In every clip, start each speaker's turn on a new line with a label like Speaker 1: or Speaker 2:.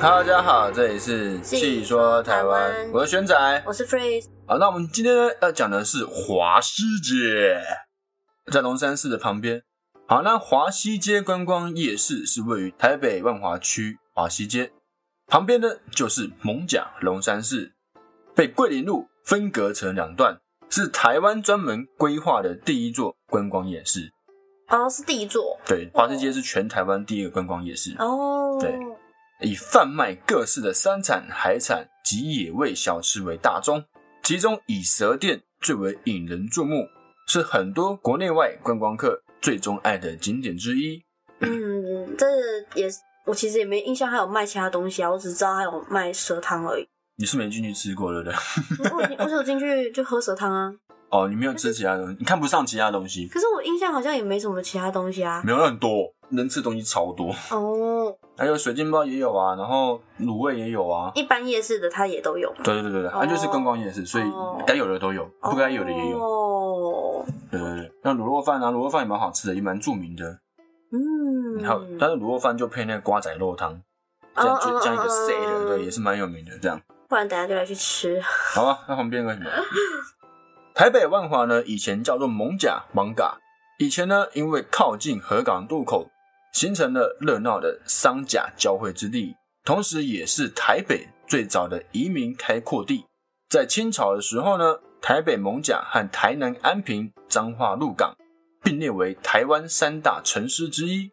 Speaker 1: Hello，大家好，这里是
Speaker 2: 细
Speaker 1: 细说台
Speaker 2: 台
Speaker 1: 湾
Speaker 2: 湾，
Speaker 1: 我是轩仔。
Speaker 2: 我是 Freeze，
Speaker 1: 好，那我们今天要讲的是华西街，在龙山寺的旁边。好，那华西街观光夜市是位于台北万华区华西街旁边呢，就是蒙甲龙山寺，被桂林路分隔成两段，是台湾专门规划的第一座观光夜市。
Speaker 2: 哦，是第一座
Speaker 1: 对，华西街是全台湾第一个观光夜市。
Speaker 2: 哦，
Speaker 1: 对以贩卖各式的山产、海产及野味小吃为大宗，其中以蛇店最为引人注目，是很多国内外观光客最钟爱的景点之一。
Speaker 2: 嗯，这也是我其实也没印象，还有卖其他东西啊，我只知道还有卖蛇汤而已。
Speaker 1: 你是没进去吃过对不对？
Speaker 2: 我已经我只有进去就喝蛇汤啊，
Speaker 1: 哦，你没有吃其他东西，你看不上其他东西，
Speaker 2: 可是我印象好像也没什么其他东西啊。
Speaker 1: 没有很多，能吃的东西超多，
Speaker 2: 哦，
Speaker 1: 还有水煎包也有啊，然后卤味也有啊。
Speaker 2: 一般夜市的它也都有吗，
Speaker 1: 对对对对，它、
Speaker 2: 哦
Speaker 1: 就是观光夜市，所以
Speaker 2: 哦
Speaker 1: 该有的都有，不该有的也有。
Speaker 2: 哦，
Speaker 1: 对对对，那卤肉饭啊，卤肉饭也蛮好吃的，也蛮著名的。
Speaker 2: 嗯，
Speaker 1: 还有，但是卤肉饭就配那个瓜仔肉汤，
Speaker 2: 哦
Speaker 1: 这样就
Speaker 2: 哦
Speaker 1: 这样一个
Speaker 2: 哦哦
Speaker 1: C 的，对，
Speaker 2: 哦
Speaker 1: 也是蛮有名的。这样，
Speaker 2: 不然等下就来去吃。
Speaker 1: 好吧，那旁边有个什么？台北万华呢，以前叫做蒙甲、芒嘎，以前呢，因为靠近河港渡口，形成了热闹的商甲交汇之地，同时也是台北最早的移民开阔地。在清朝的时候呢，台北蒙甲和台南安平、彰化鹿港并列为台湾三大城市之一，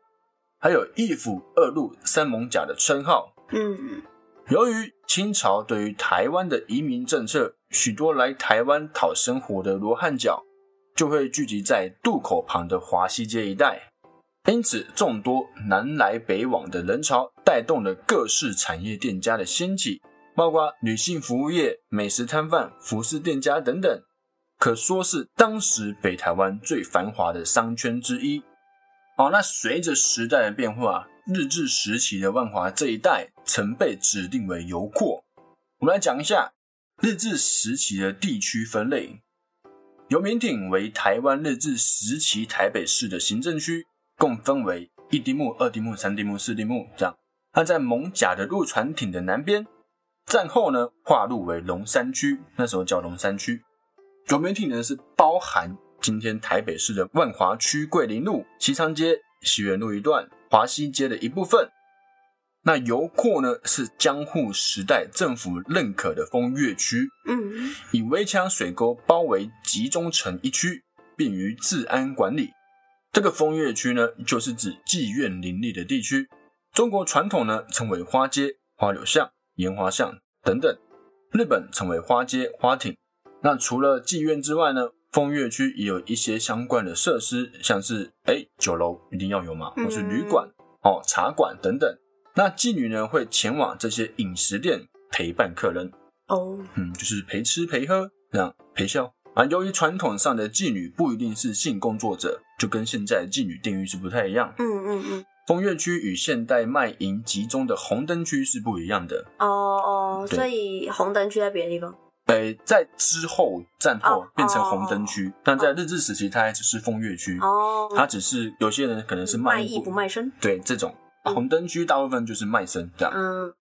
Speaker 1: 还有一府二路三蒙甲的称号。
Speaker 2: 嗯，
Speaker 1: 由于清朝对于台湾的移民政策，许多来台湾讨生活的罗汉脚就会聚集在渡口旁的华西街一带，因此众多南来北往的人潮带动了各式产业店家的兴起，包括女性服务业、美食摊贩、服饰店家等等，可说是当时北台湾最繁华的商圈之一。好，那随着时代的变化，日治时期的万华这一带曾被指定为油库。我们来讲一下日治时期的地区分类。游民町为台湾日治时期台北市的行政区，共分为一丁目、二丁目、三丁目、四丁目这样。那在蒙甲的陆船町的南边，战后呢划入为龙山区，那时候叫龙山区。九媒体呢是包含今天台北市的万华区桂林路、西昌街、西园路一段、华西街的一部分。那油库呢是江户时代政府认可的风月区，
Speaker 2: 嗯，
Speaker 1: 以围墙水沟包围集中成一区，便于治安管理。这个风月区呢，就是指妓院林立的地区。中国传统呢，称为花街、花柳巷、烟花巷等等；日本称为花街、花町。那除了妓院之外呢，风月区也有一些相关的设施，像是哎酒楼一定要有嘛，或是旅馆、哦茶馆等等。那妓女呢，会前往这些饮食店陪伴客人。
Speaker 2: 哦，
Speaker 1: 嗯，就是陪吃陪喝这样陪笑啊。由于传统上的妓女不一定是性工作者，就跟现在的妓女定义是不太一样。
Speaker 2: 嗯嗯嗯，
Speaker 1: 风月区与现代卖淫集中的红灯区是不一样的。
Speaker 2: 哦哦，
Speaker 1: 对
Speaker 2: 所以红灯区在别的地方。
Speaker 1: 诶，在之后战后
Speaker 2: 哦
Speaker 1: 变成红灯区，但在日治时期它还只是风月区，
Speaker 2: 哦，
Speaker 1: 它只是有些人可嗯能是卖
Speaker 2: 卖艺不卖身。
Speaker 1: 对这种啊
Speaker 2: 嗯
Speaker 1: 红灯区大部分就是卖身这样。
Speaker 2: 嗯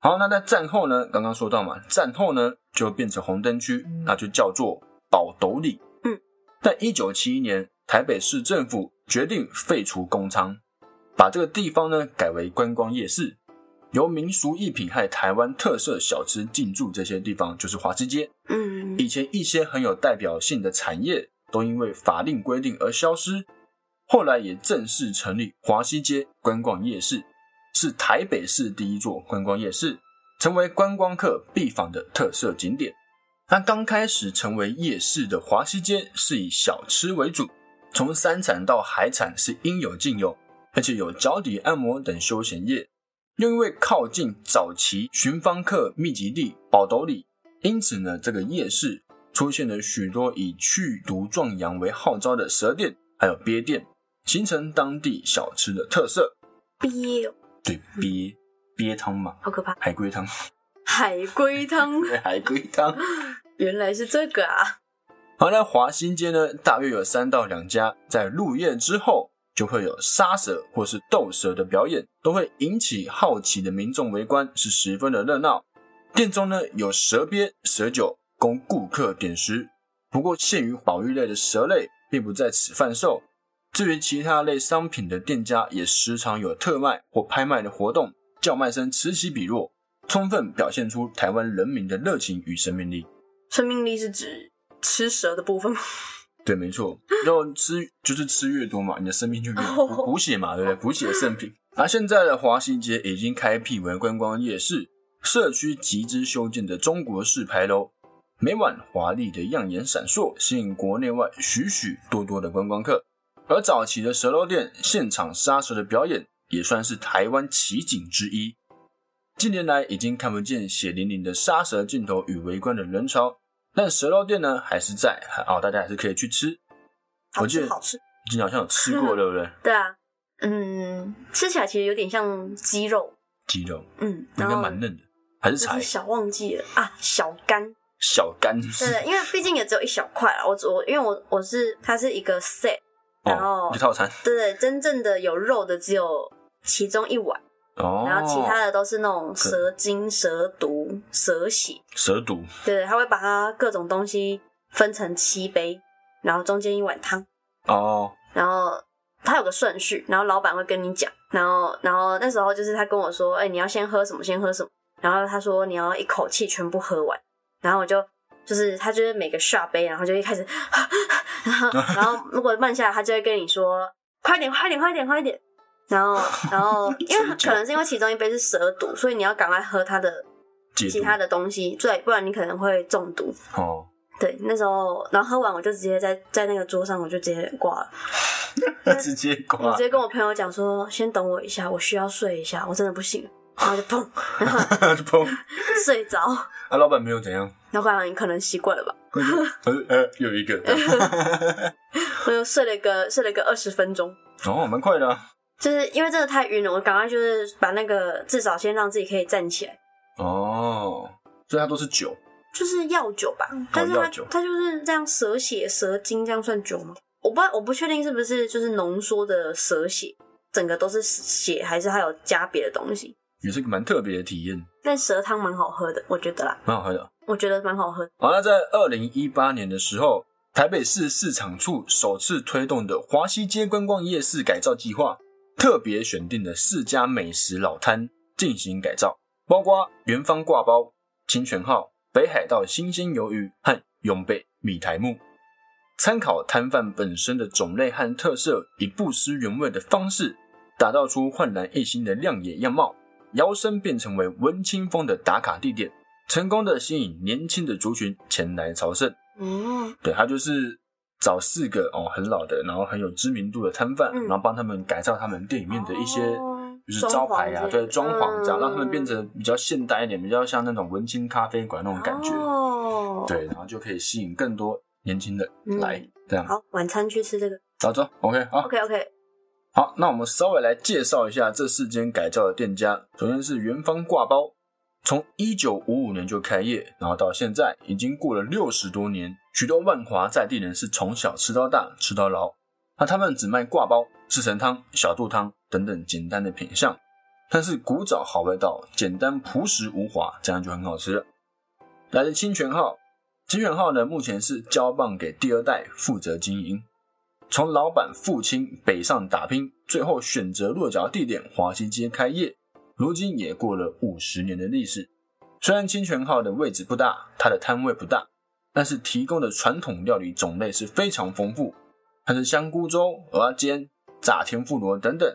Speaker 1: 好，那在战后呢？刚刚说到嘛，战后呢就变成红灯区，那就叫做宝斗里。
Speaker 2: 嗯，
Speaker 1: 在一九七一年，台北市政府决定废除工仓，把这个地方呢改为观光夜市，由民俗艺品和台湾特色小吃进驻这些地方，就是华西街。
Speaker 2: 嗯
Speaker 1: 以前一些很有代表性的产业都因为法令规定而消失，后来也正式成立华西街观光夜市，是台北市第一座观光夜市，成为观光客必访的特色景点。那刚开始成为夜市的华西街是以小吃为主，从山产到海产是应有尽有，而且有脚底按摩等休闲业。又因为靠近早期寻芳客密集地宝斗里，因此呢，这个夜市出现了许多以去毒壮阳为号召的蛇店，还有鳖店，形成当地小吃的特色。
Speaker 2: 鳖
Speaker 1: 对，鳖鳖汤嘛，
Speaker 2: 好可怕，
Speaker 1: 海龟汤，
Speaker 2: 海龟汤
Speaker 1: 对，海龟汤。
Speaker 2: 原来是这个啊！
Speaker 1: 好，那华新街呢，大约有三到两家在入夜之后就会有杀蛇或是斗蛇的表演，都会引起好奇的民众围观，是十分的热闹。店中呢有蛇鳖、蛇酒供顾客点食，不过限于保育类的蛇类并不在此贩售。至于其他类商品的店家，也时常有特卖或拍卖的活动，叫卖声此起彼落，充分表现出台湾人民的热情与生命力。
Speaker 2: 生命力是指吃蛇的部分吗？
Speaker 1: 对，没错，要吃就是吃越多嘛，你的生命就越多补补血嘛，对不对？补血圣品。而现在的华西街已经开辟为观光夜市，社区集资修建的中国式牌楼，每晚华丽的样颜闪烁，吸引国内外许许多多的观光客。而早期的蛇楼店现场杀蛇的表演，也算是台湾奇景之一。近年来已经看不见血淋淋的杀蛇镜头与围观的人潮，但蛇肉店呢还是在哦，大家还是可以去吃。
Speaker 2: 好
Speaker 1: 我记
Speaker 2: 吃
Speaker 1: 得
Speaker 2: 好吃。
Speaker 1: 之前好像有吃过，对不对？
Speaker 2: 对啊，嗯，吃起来其实有点像鸡肉，
Speaker 1: 鸡肉
Speaker 2: 嗯，
Speaker 1: 应
Speaker 2: 然
Speaker 1: 该
Speaker 2: 后
Speaker 1: 蛮嫩的，还是
Speaker 2: 就
Speaker 1: 柴
Speaker 2: 是小忘记了啊，小干，
Speaker 1: 小干
Speaker 2: 对 对，因为毕竟也只有一小块啊。我只我因为我我是它是一个 set，然
Speaker 1: 哦
Speaker 2: 后，
Speaker 1: 就套餐
Speaker 2: 对对，真正的有肉的只有其中一碗，
Speaker 1: 哦，
Speaker 2: 然后其他的都是那种
Speaker 1: 可
Speaker 2: 蛇精、蛇毒、蛇血，
Speaker 1: 蛇肚
Speaker 2: 对对，它会把它各种东西分成七杯，然后中间一碗汤。
Speaker 1: 哦，
Speaker 2: 然后他有个顺序，然后老板会跟你讲，然后然后那时候就是他跟我说，哎、你要先喝什么，先喝什么，然后他说你要一口气全部喝完，然后我就就是他就是每个下杯，然后就一开始， 然后然后如果慢下来，他就会跟你说快点快点快点快点，然后然后因为可能是因为其中一杯是蛇毒，所以你要赶快喝它的
Speaker 1: 解
Speaker 2: 其
Speaker 1: 毒
Speaker 2: 他的东西，对，不然你可能会中毒。
Speaker 1: 哦，
Speaker 2: 对，那时候然后喝完我就直接在在那个桌上我就直接挂了。
Speaker 1: 直接
Speaker 2: 我
Speaker 1: 挂
Speaker 2: 直接跟我朋友讲说，先等我一下，我需要睡一下，我真的不行了。然后就砰
Speaker 1: 砰！
Speaker 2: 睡着，
Speaker 1: 啊，老板没有怎样，
Speaker 2: 老板你可能习惯了吧？
Speaker 1: 我就呃呃有一个
Speaker 2: 我就睡了个睡了个二十分钟，
Speaker 1: 哦，蛮快的啊
Speaker 2: 就是因为真的太晕了，我赶快就是把那个至少先让自己可以站起来，
Speaker 1: 哦，所以它都是酒
Speaker 2: 就是药酒吧。但是它
Speaker 1: 药酒
Speaker 2: 它就是这样蛇血蛇精这样算酒吗？我不知道我不确定是不是就是浓缩的蛇血，整个都是血，还是还有加别的东西。
Speaker 1: 也是个蛮特别的体验，
Speaker 2: 但蛇汤蛮好喝的，我觉得啦，
Speaker 1: 蛮好喝的。
Speaker 2: 我觉得蛮好喝的。
Speaker 1: 好，那在二零一八年的时候，台北市市场处首次推动的华西街观光夜市改造计划，特别选定了四家美食老摊进行改造，包括元芳挂包、清泉号、北海道新鲜鱿鱼和永贝米苔木。参考摊贩本身的种类和特色，以不失原味的方式，打造出焕然一新的亮眼样貌，摇身变成为文青风的打卡地点。成功的吸引年轻的族群前来朝圣。
Speaker 2: 嗯，
Speaker 1: 对他就是找四个哦很老的，然后很有知名度的摊贩，
Speaker 2: 嗯
Speaker 1: 然后帮他们改造他们店里面的一些
Speaker 2: 哦
Speaker 1: 就是招牌啊，
Speaker 2: 装潢之类
Speaker 1: 对
Speaker 2: 的
Speaker 1: 装潢这样，
Speaker 2: 嗯
Speaker 1: 让他们变成比较现代一点，比较像那种文青咖啡馆那种感觉。
Speaker 2: 哦，
Speaker 1: 对，然后就可以吸引更多年轻人
Speaker 2: 嗯
Speaker 1: 来、这样。
Speaker 2: 好，晚餐去吃这个。
Speaker 1: 走走，OK，好。
Speaker 2: OK OK，
Speaker 1: 好，那我们稍微来介绍一下这四间改造的店家。首先是元芳挂包，从一九五五年就开业，然后到现在已经过了六十多年。许多万华在地人是从小吃到大，吃到老。那他们只卖挂包、四神汤、小肚汤等等简单的品相，但是古早好味道，简单朴实无华，这样就很好吃了。来自清泉号，清泉号呢目前是交棒给第二代负责经营，从老板父亲北上打拼，最后选择落脚地点华西街开业，如今也过了五十年的历史。虽然清泉号的位置不大，它的摊位不大，但是提供的传统料理种类是非常丰富，像是香菇粥、蚵仔煎、炸天妇罗等等。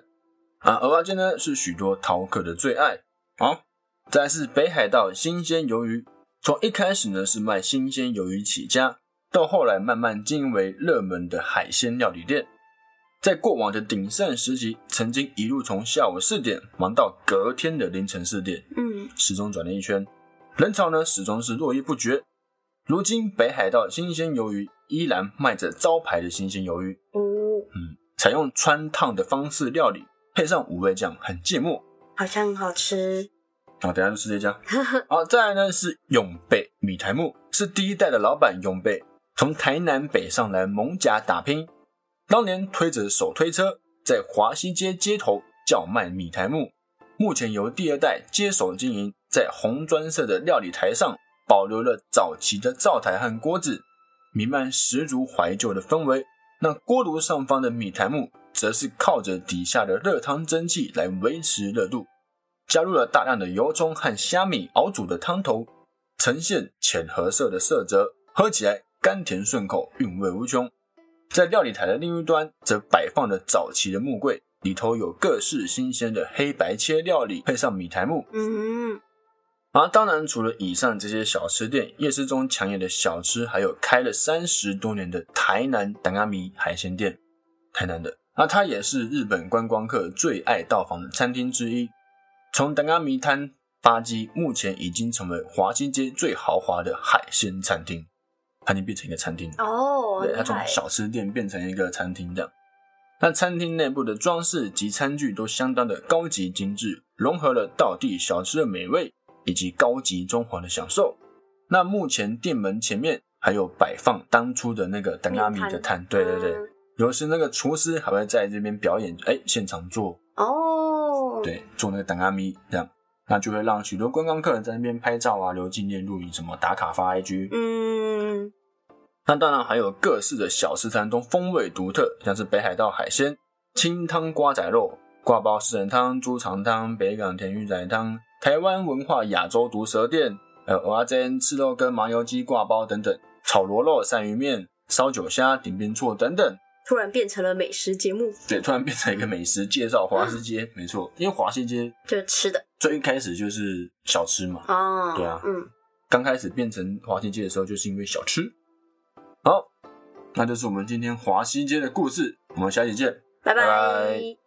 Speaker 1: 啊，蚵仔煎呢是许多饕客的最爱。好，再来是北海道新鲜鱿鱼，从一开始呢是卖新鲜鱿鱼起家，到后来慢慢经营为热门的海鲜料理店。在过往的鼎盛时期，曾经一路从下午四点忙到隔天的凌晨四点，
Speaker 2: 嗯，
Speaker 1: 始终转了一圈，人潮呢始终是络绎不绝。如今北海道新鲜鱿鱼依然卖着招牌的新鲜鱿鱼，
Speaker 2: 哦，
Speaker 1: 采用穿烫的方式料理，配上五味酱和芥末。
Speaker 2: 好像很好吃。
Speaker 1: 好，啊等一下就吃这家。好，再来呢是永贝米苔木，是第一代的老板永贝，从台南北上来蒙甲打拼，当年推着手推车，在华西街街头叫卖米苔木，目前由第二代接手经营，在红砖色的料理台上保留了早期的灶台和锅子，弥漫十足怀旧的氛围。那锅炉上方的米苔木，则是靠着底下的热汤蒸汽来维持热度，加入了大量的油葱和虾米熬煮的汤头，呈现浅褐色的色泽，喝起来甘甜顺口，韵味无穷。在料理台的另一端，则摆放着早期的木柜，里头有各式新鲜的黑白切料理，配上米苔木。
Speaker 2: 嗯，
Speaker 1: 啊，当然，除了以上这些小吃店，夜市中抢眼的小吃，还有开了三十多年的台南达阿米海鲜店，台南的。那它也是日本观光客最爱到访的餐厅之一。从达阿米摊吧唧，目前已经成为华西街最豪华的海鲜餐厅，它已经变成一个餐厅了。
Speaker 2: 哦，
Speaker 1: 对，它从
Speaker 2: 厉害
Speaker 1: 小吃店变成一个餐厅这样。那餐厅内部的装饰及餐具都相当的高级精致，融合了道地小吃的美味以及高级中华的享受。那目前店门前面还有摆放当初的那个等阿米的
Speaker 2: 面
Speaker 1: 摊，对对对，
Speaker 2: 嗯
Speaker 1: 有时那个厨师还会在这边表演，哎，现场做，
Speaker 2: 哦，，
Speaker 1: 对，做那个等阿米这样，那就会让许多观光客人在那边拍照啊、留纪念、录影什么、打卡发 IG，
Speaker 2: 嗯，
Speaker 1: 那当然还有各式的小吃摊中风味独特，像是北海道海鲜、清汤瓜仔肉、挂包四神汤、猪肠汤、北港甜鱼仔汤、台湾文化亚洲毒蛇店、呃蚵仔煎、赤肉跟麻油鸡挂包等等，炒螺肉、鳝鱼面、烧酒虾、顶边错等等。
Speaker 2: 突然变成了美食节目，
Speaker 1: 对，突然变成一个美食介绍华西街，没错，因为华西街
Speaker 2: 就是吃的
Speaker 1: 最一开始就是小吃嘛，
Speaker 2: 哦，
Speaker 1: 对啊
Speaker 2: 嗯，
Speaker 1: 刚开始变成华西街的时候，就是因为小吃。好，那就是我们今天华西街的故事，我们下期见。
Speaker 2: 拜
Speaker 1: 拜拜